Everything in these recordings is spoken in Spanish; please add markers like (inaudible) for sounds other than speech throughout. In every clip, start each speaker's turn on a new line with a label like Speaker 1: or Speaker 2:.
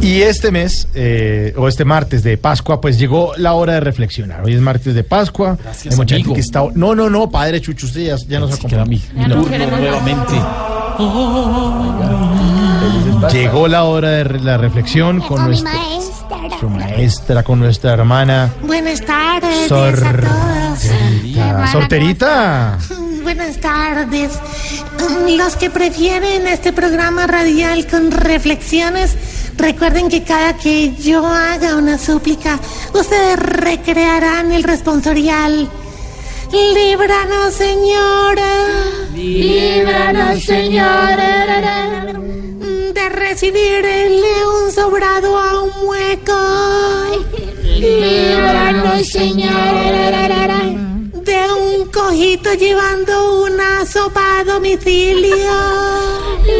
Speaker 1: Y este mes, eh, o este martes de Pascua, pues llegó la hora de reflexionar. Hoy es martes de Pascua.
Speaker 2: Gracias,
Speaker 1: Hay mucha gente
Speaker 2: amigo.
Speaker 1: que está... No, no, no, padre Chucho, usted ya, ya nos
Speaker 2: Así queda
Speaker 1: acompaña.
Speaker 2: mi, mi
Speaker 3: no
Speaker 2: turno
Speaker 3: queremos más.
Speaker 2: nuevamente.
Speaker 1: Llegó la hora de re- la reflexión con
Speaker 4: Con mi
Speaker 1: nuestra
Speaker 4: maestra.
Speaker 1: su maestra, con nuestra hermana
Speaker 4: Buenas tardes
Speaker 1: Sor-
Speaker 4: a todos.
Speaker 1: ah,
Speaker 4: Hermana
Speaker 1: Sorterita.
Speaker 4: Costa. (laughs) Buenas tardes. Los que prefieren este programa radial con reflexiones, recuerden que cada que yo haga una súplica, ustedes recrearán el responsorial. Líbranos, Señora.
Speaker 3: Líbranos, Señor.
Speaker 4: de recibirle un sobrado a un hueco,
Speaker 3: Líbranos, Señor.
Speaker 4: de un cojito llevando una sopa a domicilio,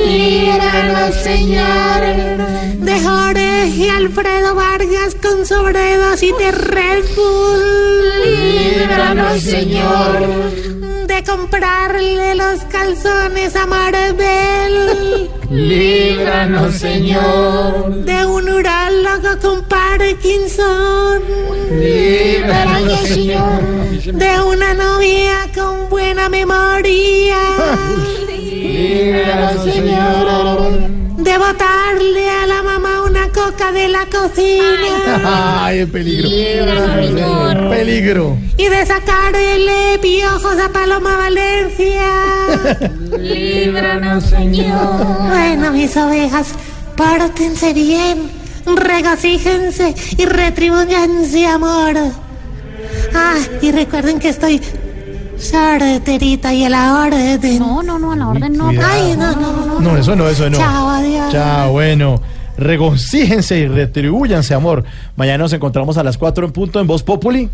Speaker 3: Líbranos, Señor.
Speaker 4: de Jorge y Alfredo Vargas con sobredosis de Red
Speaker 3: Líbranos,
Speaker 4: Bull,
Speaker 3: Señor.
Speaker 4: de comprarle los calzones a Maribel,
Speaker 3: Líbranos, Señor.
Speaker 4: de un urólogo con Parkinson.
Speaker 3: Líbranos, Señor.
Speaker 4: De una novia con buena memoria.
Speaker 3: Líbranos, Señor.
Speaker 4: De botarle a la mamá una coca de la cocina.
Speaker 1: Ay, el peligro.
Speaker 3: Líbranos, Señor.
Speaker 1: Peligro.
Speaker 4: Y de sacarle piojos a Paloma Valencia.
Speaker 3: (laughs) Líbranos, Señor.
Speaker 4: Bueno, mis ovejas, pórtense bien. Regocíjense y retribuyanse amor. Ah, y recuerden que estoy sorterita y a la orden.
Speaker 3: No, no, no, a la orden no.
Speaker 1: Cuidado.
Speaker 4: Ay, no, no, no.
Speaker 1: No, eso no, eso no.
Speaker 4: Chao, adiós.
Speaker 1: Chao, bueno. Regocíjense y retribúyanse, amor. Mañana nos encontramos a las 4 en punto en Voz Populi.